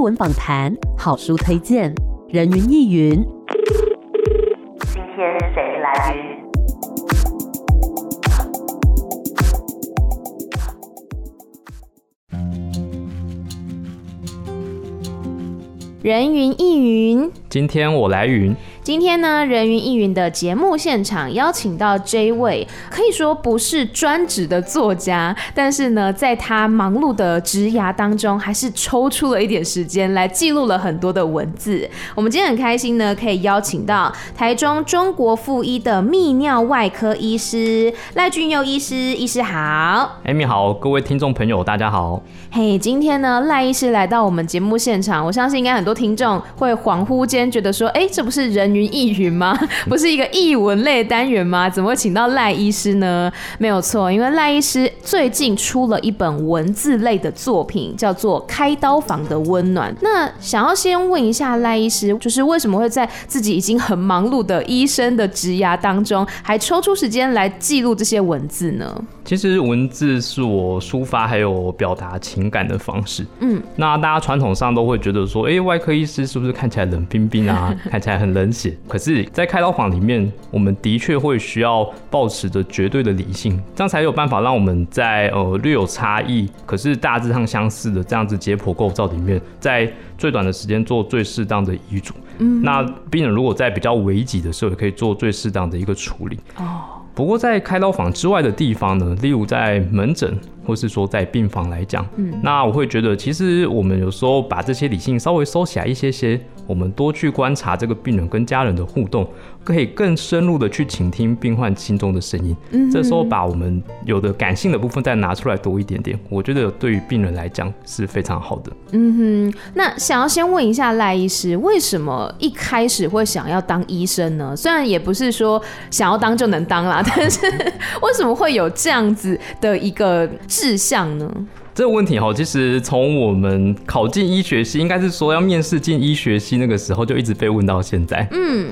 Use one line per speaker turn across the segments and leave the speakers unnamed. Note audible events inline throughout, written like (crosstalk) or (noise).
文访谈、好书推荐、人云亦云。
今天谁来云？
人云亦云。
今天我来云，
今天呢，人云亦云的节目现场邀请到这位可以说不是专职的作家，但是呢，在他忙碌的职涯当中，还是抽出了一点时间来记录了很多的文字。我们今天很开心呢，可以邀请到台中中国附一的泌尿外科医师赖俊佑医师，医师好。
艾米哎好，各位听众朋友大家好。
嘿今天呢，赖医师来到我们节目现场，我相信应该很多听众会恍惚间觉得说，哎、这不是人云亦云吗？ (laughs) 不是一个译文类单元吗？怎么会请到赖医师呢？没有错，因为赖医师最近出了一本文字类的作品，叫做《开刀房的温暖》。那想要先问一下赖医师，就是为什么会在自己已经很忙碌的医生的职涯当中，还抽出时间来记录这些文字呢？
其实文字是我抒发还有表达情感的方式。
嗯，
那大家传统上都会觉得说，哎、外科医师是不是看起来冷冰冰啊，看起来很冷血？可是，在开刀房里面，我们的确会需要保持着绝对的理性，这样才有办法让我们在呃略有差异，可是大致上相似的这样子解剖构造里面，在最短的时间做最适当的医嘱。嗯，那病人如果在比较危急的时候，也可以做最适当的一个处理。不过在开刀房之外的地方呢，例如在门诊或是说在病房来讲，嗯，那我会觉得其实我们有时候把这些理性稍微收起来一些些，我们多去观察这个病人跟家人的互动，可以更深入的去倾听病患心中的声音。嗯，这时候把我们有的感性的部分再拿出来多一点点，我觉得对于病人来讲是非常好的。
嗯哼，那想要先问一下赖医师，为什么一开始会想要当医生呢？虽然也不是说想要当就能当啦，但是 (laughs) 为什么会有这样子的一个志向呢？
这个问题哈，其实从我们考进医学系，应该是说要面试进医学系那个时候，就一直被问到现在。嗯。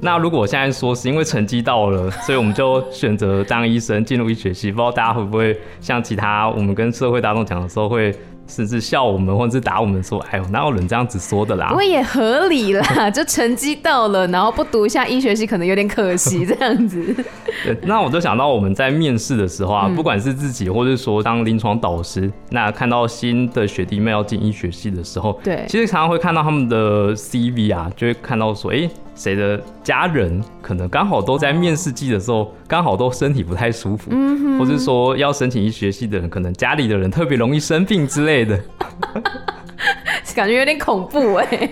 那如果我现在说是因为成绩到了，所以我们就选择当医生，进入医学系，不知道大家会不会像其他我们跟社会大众讲的时候，会甚至笑我们，或者是打我们说：“哎呦，哪有人这样子说的啦
不过也合理啦， (laughs) 就成绩到了，然后不读一下医学系可能有点可惜，这样子。？”
对，那我就想到我们在面试的时候啊，不管是自己，或是说当临床导师，那看到新的学弟妹要进医学系的时候，
对
其实常常会看到他们的 CV 啊，就会看到说，诶，谁的家人可能刚好都在面试季的时候，刚好都身体不太舒服，或是说要申请医学系的人，可能家里的人特别容易生病之类的。
感觉有点恐怖哎、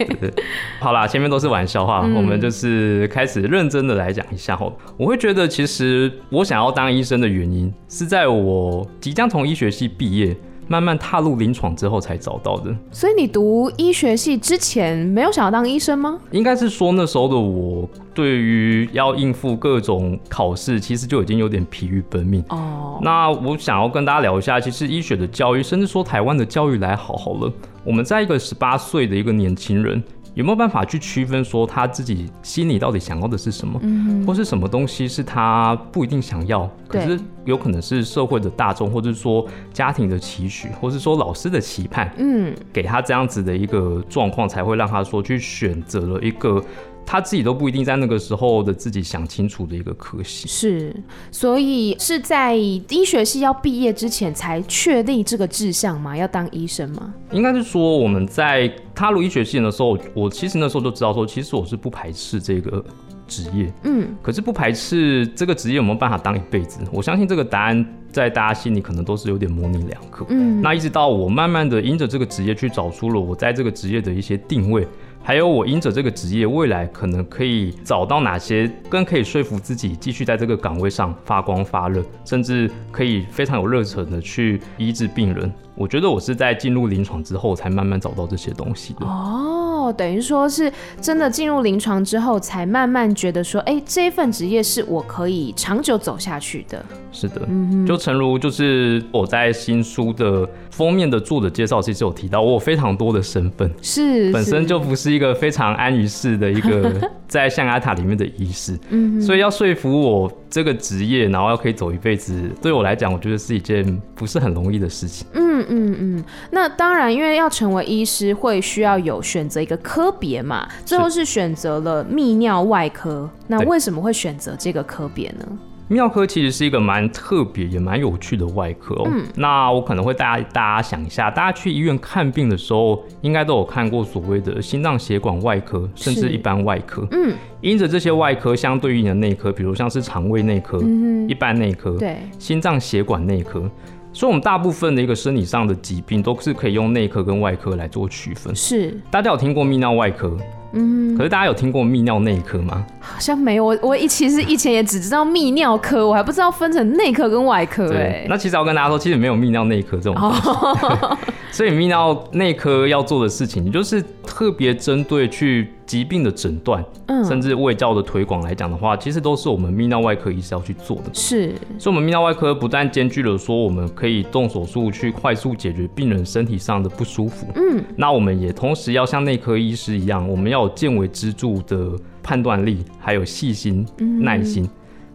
好啦，前面都是玩笑话，我们就是开始认真的来讲一下哦。我会觉得，其实我想要当医生的原因，是在我即将从医学系毕业，慢慢踏入临床之后才找到的。
所以你读医学系之前没有想要当医生吗？
应该是说那时候的我，对于要应付各种考试，其实就已经有点疲于奔命。
哦，
那我想要跟大家聊一下，其实医学的教育，甚至说台湾的教育来好好了。我们在一个十八岁的一个年轻人，有没有办法去区分说他自己心里到底想要的是什么，或是什么东西是他不一定想要，可
对
是有可能是社会的大众，或者说家庭的期许，或是说老师的期盼，
嗯，
给他这样子的一个状况，才会让他说去选择了一个他自己都不一定在那个时候的自己想清楚的一个科系。
是，所以是在医学系要毕业之前才确立这个志向吗？要当医生吗？
应该是说我们在踏入医学系的时候，我其实那时候就知道说，其实我是不排斥这个职业，
嗯，
可是不排斥这个职业有没有办法当一辈子？我相信这个答案在大家心里可能都是有点模棱两可。
嗯，
那一直到我慢慢的因着这个职业去找出了我在这个职业的一些定位，还有我因着这个职业未来可能可以找到哪些更可以说服自己继续在这个岗位上发光发热，甚至可以非常有热忱的去医治病人。我觉得我是在进入临床之后才慢慢找到这些东西的。
哦，等于说是真的进入临床之后，才慢慢觉得说，哎、这份职业是我可以长久走下去的。
是的，
嗯
就诚如就是我在新书的封面的作者介绍，其实有提到我有非常多的身份，
是，
本身
是
就不是一个非常安于世的一
(laughs)
个在象牙塔里面的医师，
嗯
所以要说服我这个职业，然后要可以走一辈子，对我来讲，我觉得是一件不是很容易的事情。
嗯嗯嗯，那当然，因为要成为医师，会需要有选择一个科别嘛。最后是选择了泌尿外科，那
对
为什么会选择这个科别呢？
泌科其实是一个蛮特别也蛮有趣的外科哦。
嗯
那我可能会带大家想一下，大家去医院看病的时候，应该都有看过所谓的心脏血管外科，甚
是
至一般外科。
嗯，
因着这些外科相对应的内科，比如像是肠胃内科、
嗯
一般内科、
对，
心脏血管内科。所以，我们大部分的一个生理上的疾病都是可以用内科跟外科来做区分。
是，
大家有听过泌尿外科，
嗯，
可是大家有听过泌尿内科吗？
好像没有。我我一其实以前也只知道泌尿科，我还不知道分成内科跟外科、
对
哎，，
那其实要跟大家说，其实没有泌尿内科这种东西，
哦
(laughs) 所以泌尿内科要做的事情，就是特别针对去疾病的诊断，甚
嗯，
至卫教的推广来讲的话，其实都是我们泌尿外科医师要去做的。
是，
所以，我们泌尿外科不但兼具了说我们可以动手术去快速解决病人身体上的不舒服，
嗯，
那我们也同时要像内科医师一样，我们要有见微知著的判断力，还有细心、
嗯
耐心。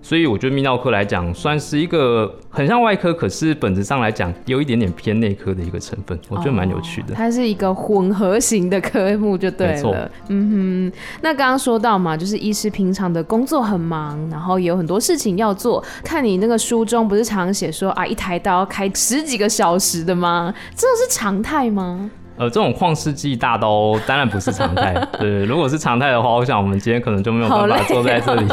所以我觉得泌尿科来讲，算是一个很像外科，可是本质上来讲有一点点偏内科的一个成分，
哦
我觉得蛮有趣的。
它是一个混合型的科目就对
没错
了。嗯哼，那刚刚说到嘛，就是医师平常的工作很忙，然后也有很多事情要做。看你那个书中不是常写说啊，一台刀要开十几个小时的吗？这是常态吗？
呃，这种旷世纪大刀当然不是
(laughs)
常态，对，如果是常态的话，我想我们今天可能就没有办
好
法
累啊
坐在这里。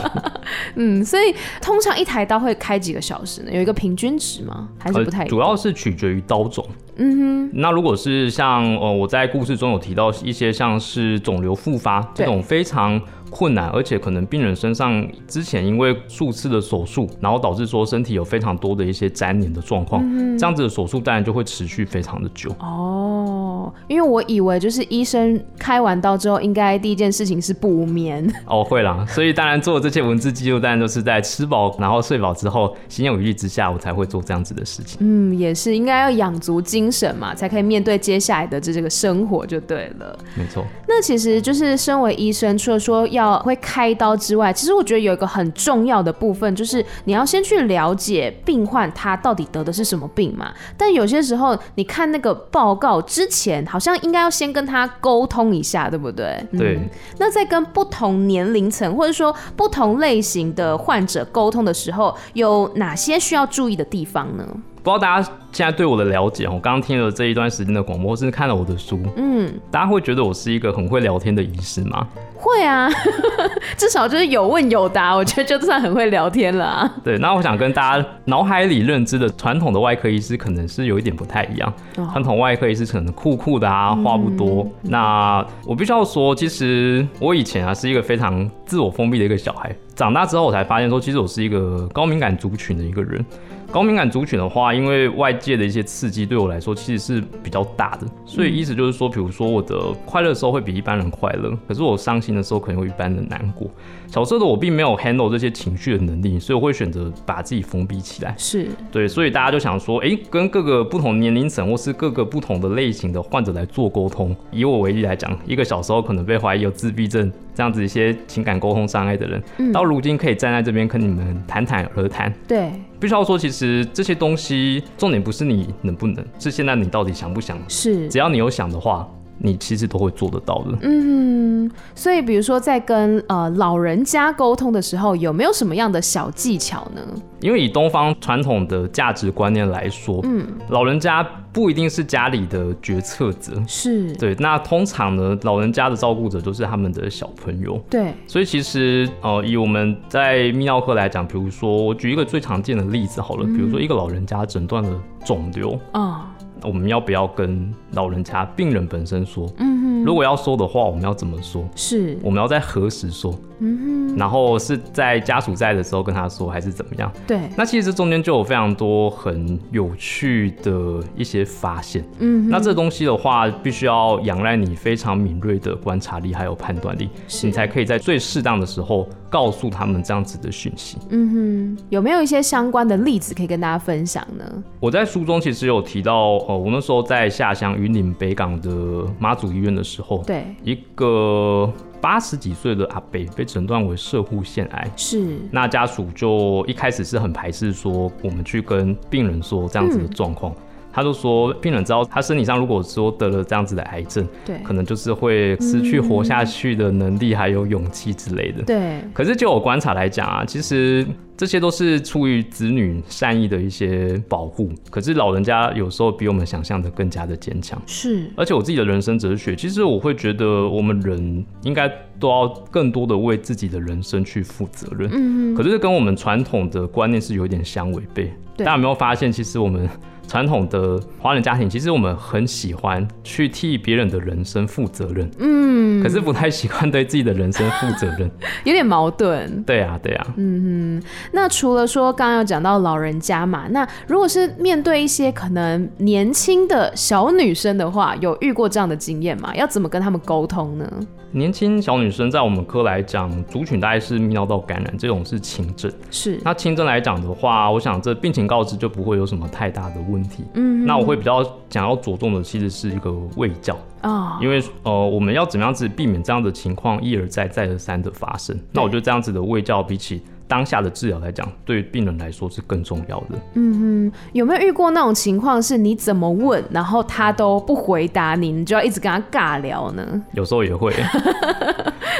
嗯，所以通常一台刀会开几个小时呢？有一个平均值吗？还是不太一定？
呃主要是取决于刀种。嗯哼，那如果是像呃，我在故事中有提到一些像是肿瘤复发这
对
种非常困难，而且可能病人身上之前因为数次的手术，然后导致说身体有非常多的一些粘连的状况，
嗯
这样子的手术当然就会持续非常的久。
哦，因为我以为就是医生开完刀之后，应该第一件事情是补眠。 (laughs)
哦，会啦，所以当然做这些文字记录，当然都是在吃饱然后睡饱之后，心有余力之下，我才会做这样子的事情。
嗯，也是应该要养足精神嘛，才可以面对接下来的这这个生活就对了。
没错。
那其实就是身为医生，除了说要会开刀之外，其实我觉得有一个很重要的部分，就是你要先去了解病患他到底得的是什么病嘛。但有些时候，你看那个报告之前，好像应该要先跟他沟通一下，对不对？
对，
嗯那在跟不同年龄层或者说不同类型的患者沟通的时候，有哪些需要注意的地方呢？
不知道大家现在对我的了解哦，我刚刚听了这一段时间的广播，甚至看了我的书，
嗯，
大家会觉得我是一个很会聊天的医师吗？
会啊， (laughs) 至少就是有问有答，我觉得就算很会聊天了、啊。
对，那我想跟大家脑海里认知的传统的外科医师可能是有一点不太一样。
哦
传统外科医师可能酷酷的啊，话不多。那我必须要说，其实我以前啊是一个非常自我封闭的一个小孩，长大之后我才发现说，其实我是一个高敏感族群的一个人。高敏感族群的话，因为外界的一些刺激对我来说其实是比较大的，所以意思就是说，比如说我的快乐的时候会比一般人快乐，可是我伤心的时候可能会比一般人难过。小时候的我并没有 handle 这些情绪的能力，所以我会选择把自己封闭起来。
是，
对，所以大家就想说，诶，跟各个不同年龄层或是各个不同的类型的患者来做沟通。以我为例来讲，一个小时候可能被怀疑有自闭症这样子一些情感沟通障碍的人，到如今可以站在这边跟你们侃侃而谈。
对，
必须要说，其实这些东西重点不是你能不能，是现在你到底想不想。
是
只，要你有想的话，你其实都会做得到的。
嗯，所以比如说在跟呃老人家沟通的时候，有没有什么样的小技巧呢？
因为以东方传统的价值观念来说，嗯，老人家不一定是家里的决策者，
是，
对，那通常呢，老人家的照顾者就是他们的小朋友。
对，
所以其实，呃，以我们在泌尿科来讲，比如说，我举一个最常见的例子好了，
嗯
比如说一个老人家诊断了肿瘤，
啊、
我们要不要跟老人家病人本身说？
嗯
如果要说的话，我们要怎么说？
是，
我们要在何时说？
嗯
然后是在家属在的时候跟他说，还是怎么样？
哼，对，
那其实这中间就有非常多很有趣的一些发现。
嗯
那这东西的话，必须要仰赖你非常敏锐的观察力还有判断力，你才可以在最适当的时候告诉他们这样子的讯息。
嗯哼，有没有一些相关的例子可以跟大家分享呢？
我在书中其实有提到，呃，我那时候在下乡云林北港的妈祖医院的时候，
对，
一个八十几岁的阿伯被诊断为射护腺癌。
是，
那家属就一开始是很排斥，说我们去跟病人说这样子的状况。他就说，病人知道他身体上如果说得了这样子的癌症，
对
可能就是会失去活下去的能力，还有勇气之类的。
对，
可是就我观察来讲啊，其实这些都是出于子女善意的一些保护。可是老人家有时候比我们想象的更加的坚强。
是
而且我自己的人生哲学，其实我会觉得我们人应该都要更多的为自己的人生去负责任。
嗯
可是这跟我们传统的观念是有一点相违背。
对
大家有没有发现，其实我们传统的华人家庭，其实我们很喜欢去替别人的人生负责任，
嗯，
可是不太习惯对自己的人生负责
(laughs)
任。
有点矛盾。
对啊，对啊。
嗯哼，那除了说刚刚有讲到老人家嘛，那如果是面对一些可能年轻的小女生的话，有遇过这样的经验吗？要怎么跟他们沟通呢？
年轻小女生在我们科来讲，族群大概是泌尿道感染这种是轻症。
是，
那轻症来讲的话，我想这病情告知就不会有什么太大的问题。
嗯哼，
那我会比较想要着重的其实是一个卫教，
哦，
因为呃我们要怎么样子避免这样的情况一而再再而三的发生？那我觉得这样子的卫教比起当下的治疗来讲，对病人来说是更重要的。
嗯哼，有没有遇过那种情况，是你怎么问，然后他都不回答你，你就要一直跟他尬聊呢？ (laughs)
有时候也会， (laughs)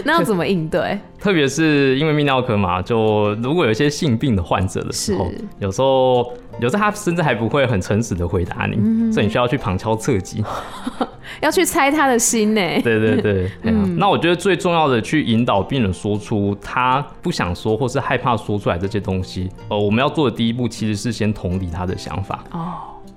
那要怎么应对？
特别是因为泌尿科嘛，就如果有一些性病的患者的时候
是，
有时候有时候他甚至还不会很诚实的回答你，所以你需要去旁敲侧击。
要去猜他的心呢、
对对对，对啊那我觉得最重要的去引导病人说出他不想说或是害怕说出来这些东西。呃，我们要做的第一步其实是先同理他的想法。
哦，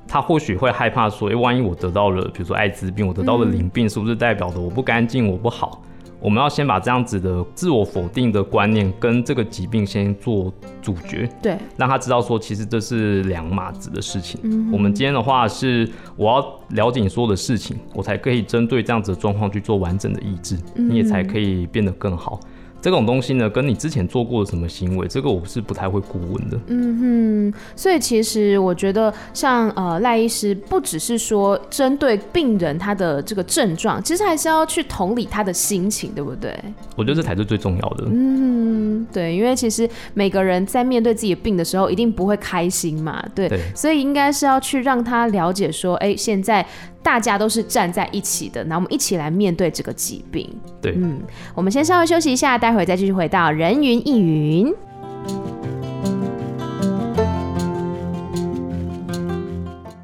他或许会害怕说，诶、万一我得到了，比如说艾滋病，我得到了淋病，是不是代表的我不干净，我不好？我们要先把这样子的自我否定的观念跟这个疾病先做主角，
对，
让他知道说，其实这是两码子的事情。
嗯
我们今天的话是，我要了解你所有的事情，我才可以针对这样子的状况去做完整的医治，
嗯
你也才可以变得更好。这种东西呢，跟你之前做过的什么行为，这个我是不太会顾问的。
嗯哼，所以其实我觉得像呃赖医师，不只是说针对病人他的这个症状，其实还是要去同理他的心情，对不对？
我觉得这才是最重要的。
嗯，对，因为其实每个人在面对自己的病的时候，一定不会开心嘛，对，
对
所以应该是要去让他了解说，哎，现在大家都是站在一起的，那我们一起来面对这个疾病。
对，
嗯，我们先稍微休息一下，待会儿再继续回到人云亦云。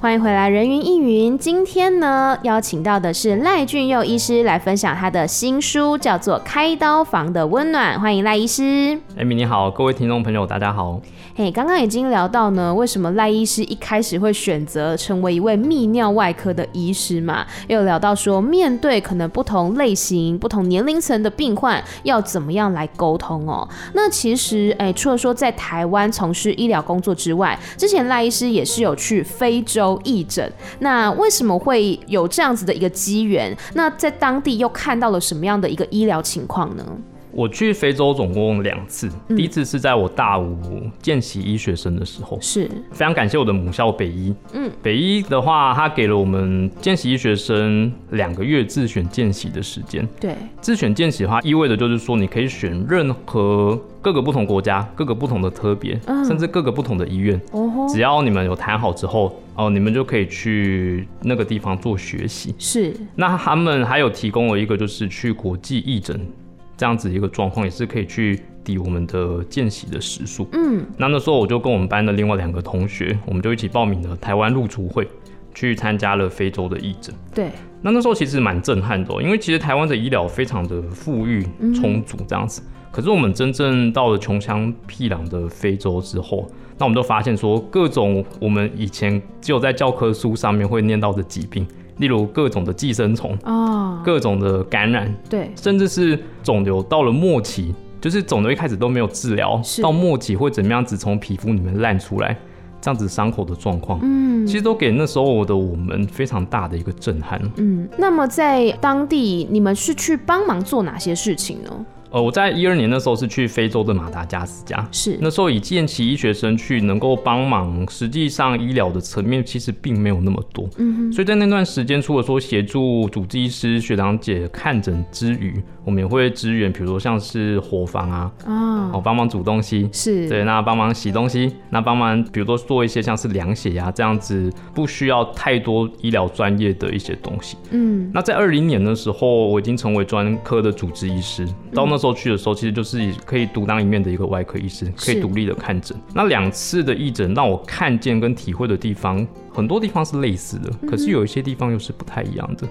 欢迎回来，人云亦云。今天呢，邀请到的是赖俊佑医师来分享他的新书，叫做《开刀房的温暖》。欢迎赖医师。
艾米你好，各位听众朋友，大家好。
嘿，刚刚已经聊到呢，为什么赖医师一开始会选择成为一位泌尿外科的医师嘛？又聊到说，面对可能不同类型、不同年龄层的病患，要怎么样来沟通哦？那其实，哎，除了说在台湾从事医疗工作之外，之前赖医师也是有去非洲义诊。那为什么会有这样子的一个机缘？那在当地又看到了什么样的一个医疗情况呢？
我去非洲总共两次，第一次是在我大五见习医学生的时候，
是，
非常感谢我的母校北医。
嗯
嗯，北医的话，他给了我们见习医学生两个月自选见习的时间。
对，
自选见习的话，意味着就是说，你可以选任何各个不同国家、各个不同的特别，
嗯
甚至各个不同的医院，
哦吼，
只要你们有谈好之后，哦、你们就可以去那个地方做学习。
是，
那他们还有提供了一个就是去国际义诊这样子一个状况，也是可以去抵我们的见习的时数。
嗯。
那那时候我就跟我们班的另外两个同学，我们就一起报名了台湾路厨会，去参加了非洲的义诊。
对，
那那时候其实蛮震撼的哦、因为其实台湾的医疗非常的富裕充足这样子，可是我们真正到了穷乡僻壤的非洲之后，那我们就发现说各种我们以前只有在教科书上面会念到的疾病，例如各种的寄生虫、
哦，
各种的感染，
对，
甚至是肿瘤到了末期，就是肿瘤一开始都没有治疗
是，
到末期会怎么样子从皮肤里面烂出来，这样子伤口的状况，
嗯
其实都给那时候的我们非常大的一个震撼。
嗯。那么在当地，你们是去帮忙做哪些事情呢？
呃，我在一二年那时候是去非洲的马达加斯加，
是
那时候以见习医学生去能够帮忙，实际上医疗的层面其实并没有那么多。嗯，所以在那段时间，除了说协助主治医师学长姐看诊之余，我们也会支援，比如说像是伙房啊，
啊，
哦，帮忙煮东西。
是
对，那帮忙洗东西，那帮忙，比如说做一些像是量血压这样子，不需要太多医疗专业的一些东西。
嗯
那在二零年的时候，我已经成为专科的主治医师。到那时候去的时候，其实就是可以独当一面的一个外科医师，可以
是
独立的看诊。那两次的义诊让我看见跟体会的地方，很多地方是类似的，可是有一些地方又是不太一样的。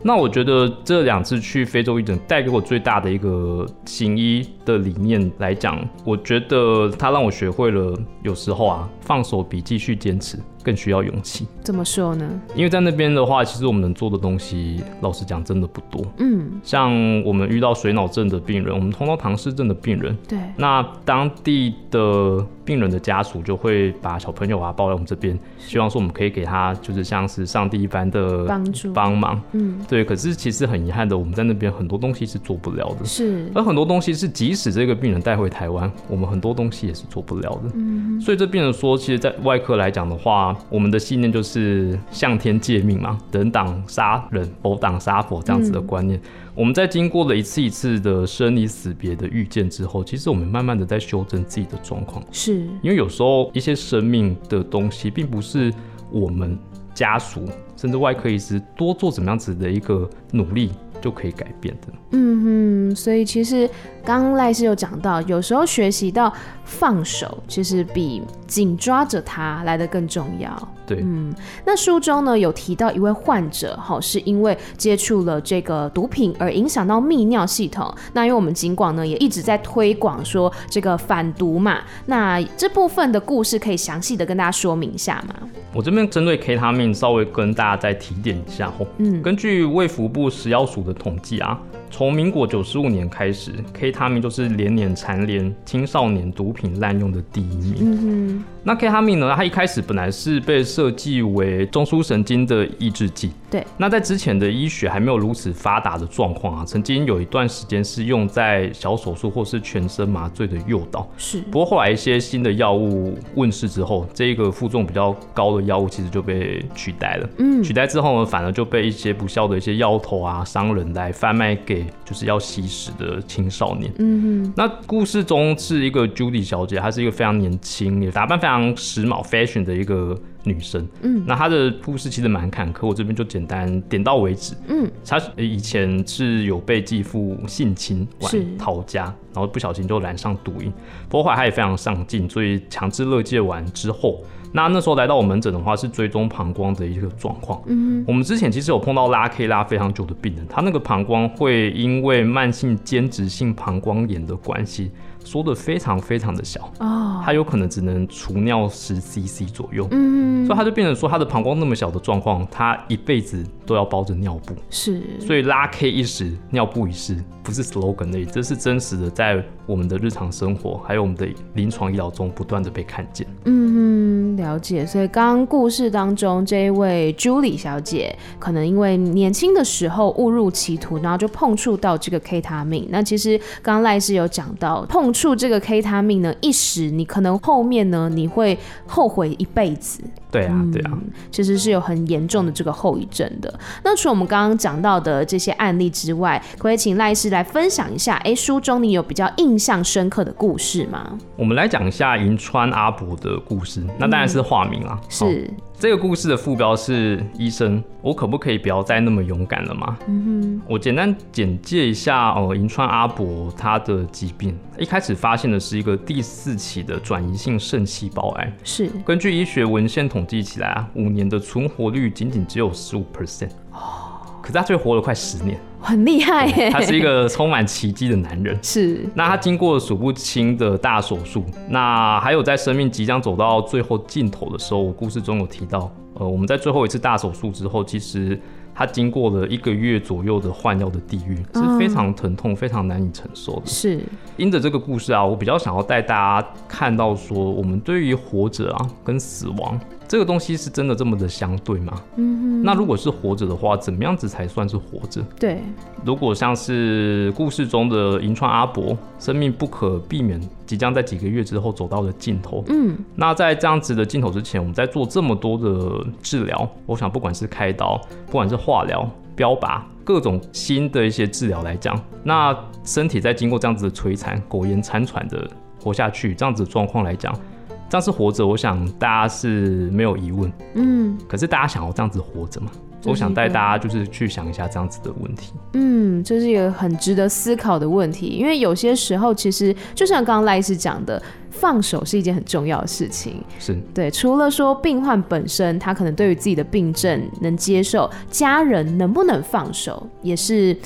那我觉得这两次去非洲义诊带给我最大的一个行医的理念来讲，我觉得它让我学会了，有时候啊，放手比继续坚持更需要勇气。
怎么说呢？
因为在那边的话，其实我们能做的东西，老实讲真的不多。
嗯，
像我们遇到水脑症的病人，我们通到唐氏症的病人，
对，
那当地的病人的家属就会把小朋友啊抱来我们这边，希望说我们可以给他就是像是上帝一般的
帮助
帮忙。
嗯
对，可是其实很遗憾的，我们在那边很多东西是做不了的。
是
而很多东西是，即使这个病人带回台湾，我们很多东西也是做不了的。所以这病人说，其实，在外科来讲的话，我们的信念就是向天借命嘛，人挡杀人，佛挡杀佛这样子的观念。我们在经过了一次一次的生离死别的遇见之后，其实我们慢慢的在修正自己的状况，
是，
因为有时候一些生命的东西，并不是我们家属甚至外科医师多做怎么样子的一个努力就可以改变的。
嗯哼，所以其实刚刚赖师有讲到，有时候学习到放手，其实比紧抓着它来的更重要。
对，
嗯，那书中呢有提到一位患者哈、是因为接触了这个毒品而影响到泌尿系统。那因为我们尽管呢也一直在推广说这个反毒嘛，那这部分的故事可以详细的跟大家说明一下吗？
我这边针对 K 他命稍微跟大家再提点一下吼。嗯，根据卫福部食药署的统计啊，从民国九十五年开始，K 他命就是连年蝉联青少年毒品滥用的第一名。
嗯
那 K 他命呢，它一开始本来是被设计为中枢神经的抑制剂。
对，
那在之前的医学还没有如此发达的状况啊，曾经有一段时间是用在小手术或是全身麻醉的诱导。
哼，是
不过后来一些新的药物问世之后，这一个负重比较高的药物其实就被取代了。
嗯
取代之后呢，反而就被一些不孝的一些药头啊、商人来贩卖给就是要吸食的青少年。
嗯
那故事中是一个 Judy 小姐，她是一个非常年轻、也打扮非常时髦、fashion 的一个女生。
嗯，
那她的故事其实蛮坎坷，我这边就简单点到为止。
哼，嗯
她以前是有被继父性侵
是
完逃家，然后不小心就染上毒瘾。不过后来她也非常上进，所以强制勒戒完之后，那那时候来到我门诊的话是追踪膀胱的一个状况。
嗯
我们之前其实有碰到拉 K 拉非常久的病人，他那个膀胱会因为慢性间质性膀胱炎的关系，缩得非常非常的小，
哼，哦，
他有可能只能除尿十 CC 左右。
嗯
所以他就变成说，他的膀胱那么小的状况，他一辈子都要包着尿布。
是，
所以拉 K 一时，尿布一世，不是 slogan 而已，这是真实的，在我们的日常生活，还有我们的临床医疗中不断的被看见。
嗯哼，了解。所以刚刚故事当中，这一位 Julie 小姐，可能因为年轻的时候误入歧途，然后就碰触到这个 K 他命。那其实刚刚赖师有讲到，碰触这个 K 他命呢，一时你可能后面呢，你会后悔一辈子。
对啊，对啊。
其实是有很严重的这个后遗症的。那除了我们刚刚讲到的这些案例之外，可不可以请赖师来分享一下？哎，书中你有比较印象深刻的故事吗？
我们来讲一下银川阿伯的故事，那当然是化名啦。
嗯是，
哦这个故事的副标是“医生，我可不可以不要再那么勇敢了吗？”
嗯
我简单简介一下哦，银川阿伯他的疾病，一开始发现的是一个第四期的转移性肾细胞癌。
哼，是。
根据医学文献统计起来啊，五年的存活率仅仅只有十五 percent 可是他却活了快十年，
很厉害耶！
(laughs) 他是一个充满奇迹的男人。
是
那他经过了数不清的大手术，那还有在生命即将走到最后尽头的时候，我故事中有提到，呃，我们在最后一次大手术之后，其实他经过了一个月左右的换药的地狱，是非常疼痛、非常难以承受的。
是，
因着这个故事啊，我比较想要带大家看到说，我们对于活着啊跟死亡这个东西是真的这么的相对吗？
嗯
那如果是活着的话，怎么样子才算是活着？
哼，对，
如果像是故事中的银川阿伯，生命不可避免，即将在几个月之后走到了尽头。
嗯，
那在这样子的尽头之前，我们在做这么多的治疗，我想不管是开刀，不管是化疗、标靶，各种新的一些治疗来讲，那身体在经过这样子的摧残、苟延残喘的活下去，这样子的状况来讲，这样是活着，我想大家是没有疑问。
嗯
可是大家想要这样子活着吗？
这是
我想带
一个
大家就是去想一下这样子的问题。
嗯，这是一个很值得思考的问题，因为有些时候其实就像刚刚赖医师讲的，放手是一件很重要的事情。
是
对，除了说病患本身他可能对于自己的病症能接受，家人能不能放手也是。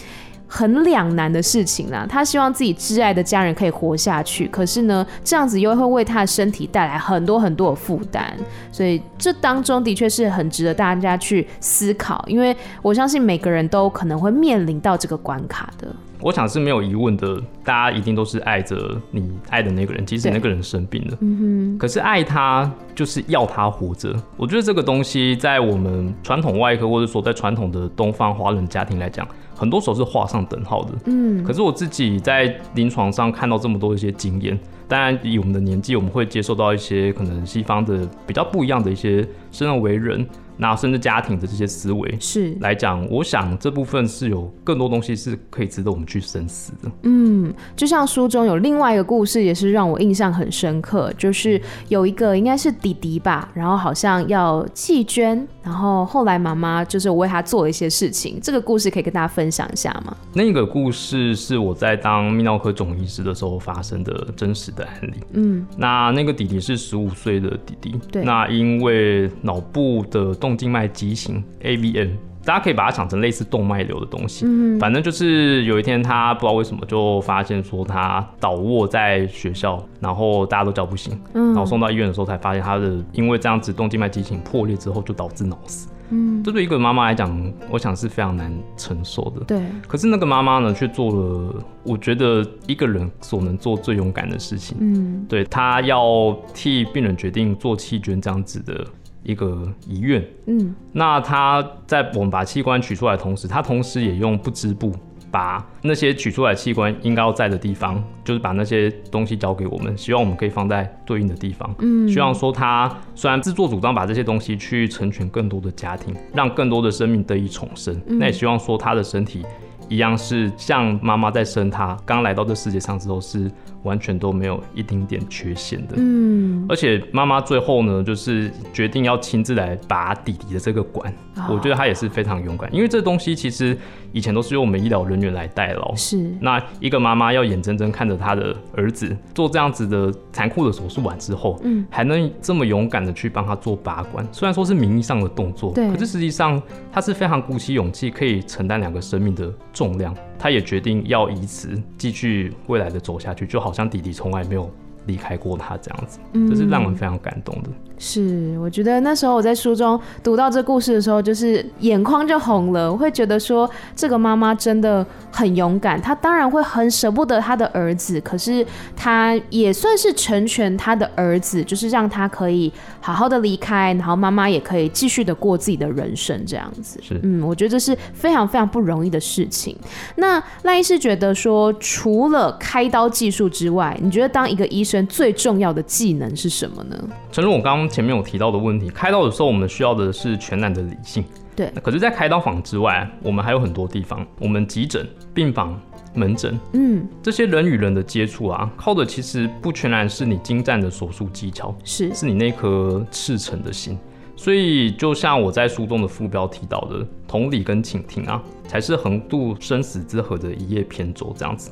很两难的事情啦，他希望自己挚爱的家人可以活下去，可是呢，这样子又会为他的身体带来很多很多的负担，所以这当中的确是很值得大家去思考，因为我相信每个人都可能会面临到这个关卡的。
我想是没有疑问的，大家一定都是爱着你爱的那个人，即使
对嗯
那个人生病了，可是爱他就是要他活着。我觉得这个东西在我们传统外科，或者说在传统的东方华人家庭来讲，很多时候是画上等号的。
嗯，
可是我自己在临床上看到这么多一些经验，当然以我们的年纪，我们会接受到一些可能西方的比较不一样的一些生而为人，那甚至家庭的这些思维，
是，
来讲，我想这部分是有更多东西是可以值得我们去深思的。
嗯，就像书中有另外一个故事，也是让我印象很深刻，就是有一个应该是弟弟吧，然后好像要弃捐，然后后来妈妈就是为他做了一些事情，这个故事可以跟大家分享一下吗？
那个故事是我在当泌尿科总医师的时候发生的真实的案例。
嗯，
那那个弟弟是十五岁的弟弟，
对
那因为脑部的动静脉畸形 （AVM），大家可以把它想成类似动脉瘤的东西。嗯，反正就是有一天他不知道为什么就发现说他倒卧在学校，然后大家都叫不醒，嗯、然后送到医院的时候才发现他的因为这样子动静脉畸形破裂之后就导致脑死。嗯，这对一个妈妈来讲，我想是非常难承受的。
对，
可是那个妈妈呢，却做了我觉得一个人所能做最勇敢的事情。
嗯
对她要替病人决定做弃捐这样子的一个遗愿。
嗯，
那她在我们把器官取出来的同时，她同时也用不织布把那些取出来的器官应该要在的地方，就是把那些东西交给我们，希望我们可以放在对应的地方。嗯，希望说她虽然自作主张把这些东西去成全更多的家庭，让更多的生命得以重生，那也希望说她的身体。一样是像妈妈在生她刚来到这世界上之后是完全都没有一丁点缺陷的，
嗯，
而且妈妈最后呢，就是决定要亲自来拔弟弟的这个管，
哦
我觉得她也是非常勇敢，因为这东西其实以前都是由我们医疗人员来代劳。
是，
那一个妈妈要眼睁睁看着她的儿子做这样子的残酷的手术完之后，
嗯，
还能这么勇敢的去帮他做拔管，虽然说是名义上的动作，
对
可是实际上他是非常鼓起勇气，可以承担两个生命的重量。他也决定要以此继续未来的走下去，就好像弟弟从来没有离开过他这样子，这是
嗯
让人非常感动的。
是，嗯我觉得那时候我在书中读到这故事的时候，就是眼眶就红了。我会觉得说，这个妈妈真的很勇敢，她当然会很舍不得她的儿子，可是她也算是成全她的儿子，就是让他可以好好的离开，然后妈妈也可以继续的过自己的人生，这样子。
是
嗯，我觉得这是非常非常不容易的事情。那赖医师觉得说，除了开刀技术之外，你觉得当一个医生最重要的技能是什么呢？
正如我刚刚前面有提到的问题，开刀的时候我们需要的是全然的理性。
对
那可是，在开刀房之外，我们还有很多地方，我们急诊、病房、门诊，
嗯，
这些人与人的接触啊，靠的其实不全然是你精湛的手术技巧，
是，
是你那颗赤诚的心。所以，就像我在书中的副标提到的，同理跟倾听啊，才是横渡生死之河的一叶扁舟这样子。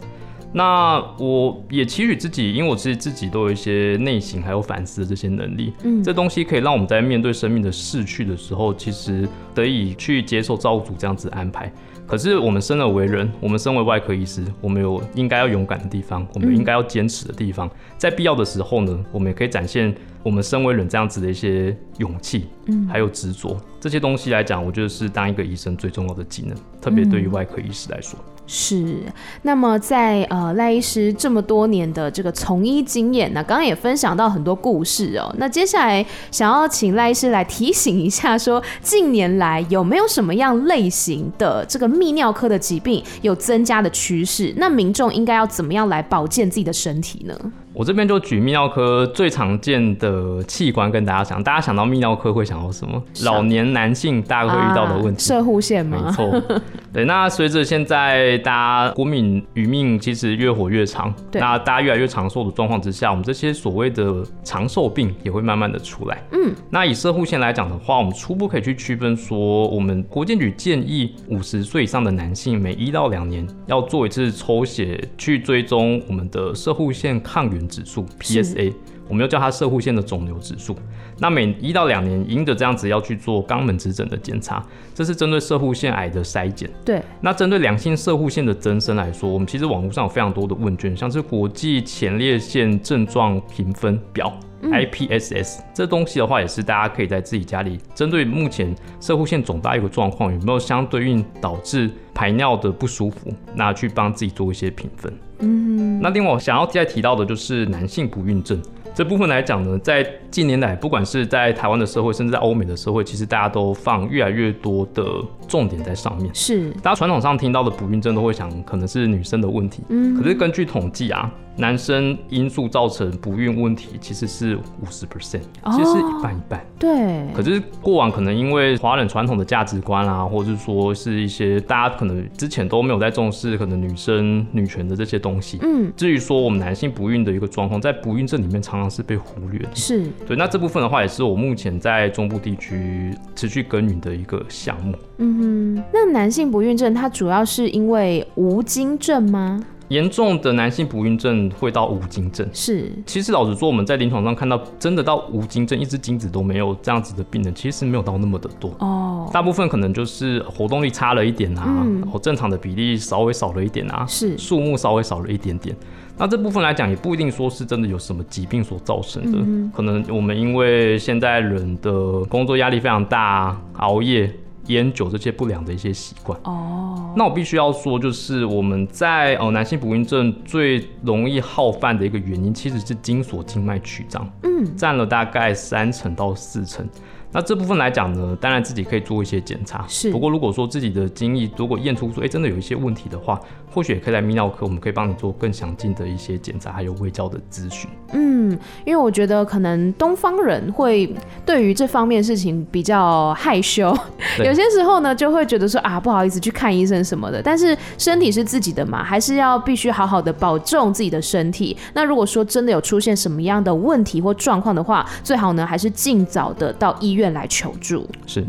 那我也期许自己，因为我其实自己都有一些内省还有反思的这些能力，嗯，这东西可以让我们在面对生命的逝去的时候，其实得以去接受造物主这样子的安排。可是我们生而为人，我们身为外科医师，我们有应该要勇敢的地方，我们有应该要坚持的地方，在必要的时候呢，我们也可以展现我们身为人这样子的一些勇气，嗯，还有执着这些东西来讲，我觉得是当一个医生最重要的技能，特别对于外科医师来说。
是，那么在呃赖医师这么多年的这个从医经验呢，刚刚也分享到很多故事哦。那接下来想要请赖医师来提醒一下说，近年来有没有什么样类型的这个泌尿科的疾病有增加的趋势？那民众应该要怎么样来保健自己的身体呢？
我这边就举泌尿科最常见的器官跟大家讲，大家想到泌尿科会想到什么？老年男性大概会遇到的问
啊
题。
射护腺吗？
没错，
(laughs)
对。那随着现在大家国民余命其实越活越长，
对
那大家越来越长寿的状况之下，我们这些所谓的长寿病也会慢慢的出来。嗯，那以射护线来讲的话，我们初步可以去区分说，我们国健局建议五十岁以上的男性每一到两年要做一次抽血，去追踪我们的射护线抗原指数 PSA。我们又叫它射护线的肿瘤指数。那每一到两年，因着这样子要去做肛门指诊的检查，这是针对射护腺癌的筛检。
对，
那针对良性射护线的增生来说，我们其实网络上有非常多的问卷，像是国际前列腺症状评分表。IPSS 这东西的话，也是大家可以在自己家里针对目前射护腺肿大有个状况，有没有相对应导致排尿的不舒服，那去帮自己做一些评分。嗯，那另外我想要再提到的就是男性不孕症这部分来讲呢，在近年来，不管是在台湾的社会，甚至在欧美的社会，其实大家都放越来越多的重点在上面。
是
大家传统上听到的不孕症都会想可能是女生的问题，嗯，可是根据统计啊，男生因素造成不孕问题其实是五十 percent，
哦
其实是一半一半。
对，
可是过往可能因为华人传统的价值观啊，或者是说是一些大家可能之前都没有在重视可能女生女权的这些东西，
嗯，
至于说我们男性不孕的一个状况，在不孕症里面常常是被忽略的。
是
对，那这部分的话，也是我目前在中部地区持续耕耘的一个项目。
嗯哼。那男性不孕症它主要是因为无精症吗？
严重的男性不孕症会到无精症。
是
其实老实说，我们在临床上看到，真的到无精症，一只精子都没有这样子的病人，其实没有到那么的多。
哦，
大部分可能就是活动力差了一点啊，哦，正常的比例稍微少了一点啊，
是
数目稍微少了一点点。那这部分来讲，也不一定说是真的有什么疾病所造成的，
嗯
可能我们因为现在人的工作压力非常大，啊熬夜、烟酒这些不良的一些习惯。
哦，
那我必须要说，就是我们在呃男性不孕症最容易好犯的一个原因，其实是精索静脉曲张，
嗯，
占了大概三成到四成。那这部分来讲呢，当然自己可以做一些检查，
是
不过如果说自己的精液如果验出说，哎、真的有一些问题的话，或许也可以来泌尿科，我们可以帮你做更详尽的一些检查，还有卫教的咨询。
嗯，因为我觉得可能东方人会对于这方面事情比较害羞，
对
有些时候呢就会觉得说啊不好意思去看医生什么的，但是身体是自己的嘛，还是要必须好好的保重自己的身体。那如果说真的有出现什么样的问题或状况的话，最好呢还是尽早的到医院来求助。
是，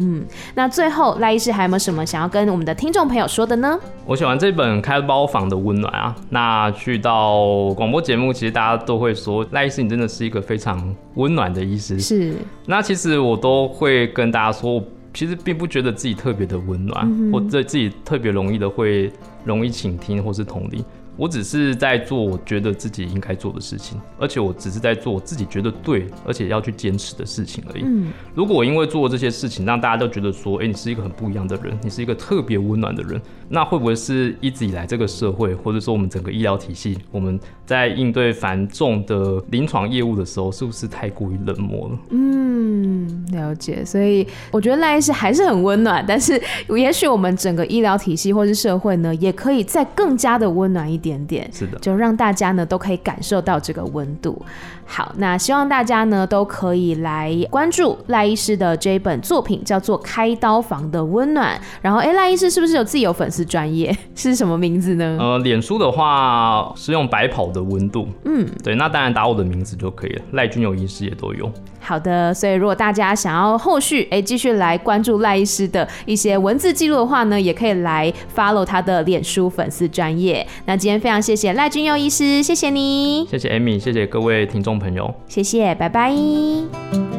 那最后赖医师还有没有什么想要跟我们的听众朋友说的呢？
我喜欢这本《开包房的温暖》啊。那去到广播节目，其实大家都会说赖医师，你真的是一个非常温暖的医师。
是
那其实我都会跟大家说，我其实并不觉得自己特别的温暖，或者自己特别容易的会容易倾听或是同理。我只是在做我觉得自己应该做的事情，而且我只是在做我自己觉得对，而且要去坚持的事情而已。如果我因为做这些事情，让大家都觉得说，哎、你是一个很不一样的人，你是一个特别温暖的人，那会不会是一直以来这个社会，或者说我们整个医疗体系，我们在应对繁重的临床业务的时候，是不是太过于冷漠了？
嗯，了解。所以我觉得赖医师还是很温暖，但是也许我们整个医疗体系或是社会呢，也可以再更加的温暖一点点。
是的。
就让大家呢都可以感受到这个温度。好，那希望大家呢都可以来关注赖医师的这一本作品，叫做《开刀房的温暖》。然后，哎，赖医师是不是有自己有粉丝专业？ (laughs) 是什么名字呢？
呃，脸书的话是用白跑的温度，嗯，对，那当然打我的名字就可以了，赖君友医师也都有，
好的，所以如果大家想要后续哎继续来关注赖医师的一些文字记录的话呢，也可以来 follow 他的脸书粉丝专业。那今天非常谢谢赖君佑医师，谢谢你，
谢谢 Amy，谢谢各位听众朋友。
谢谢，拜拜。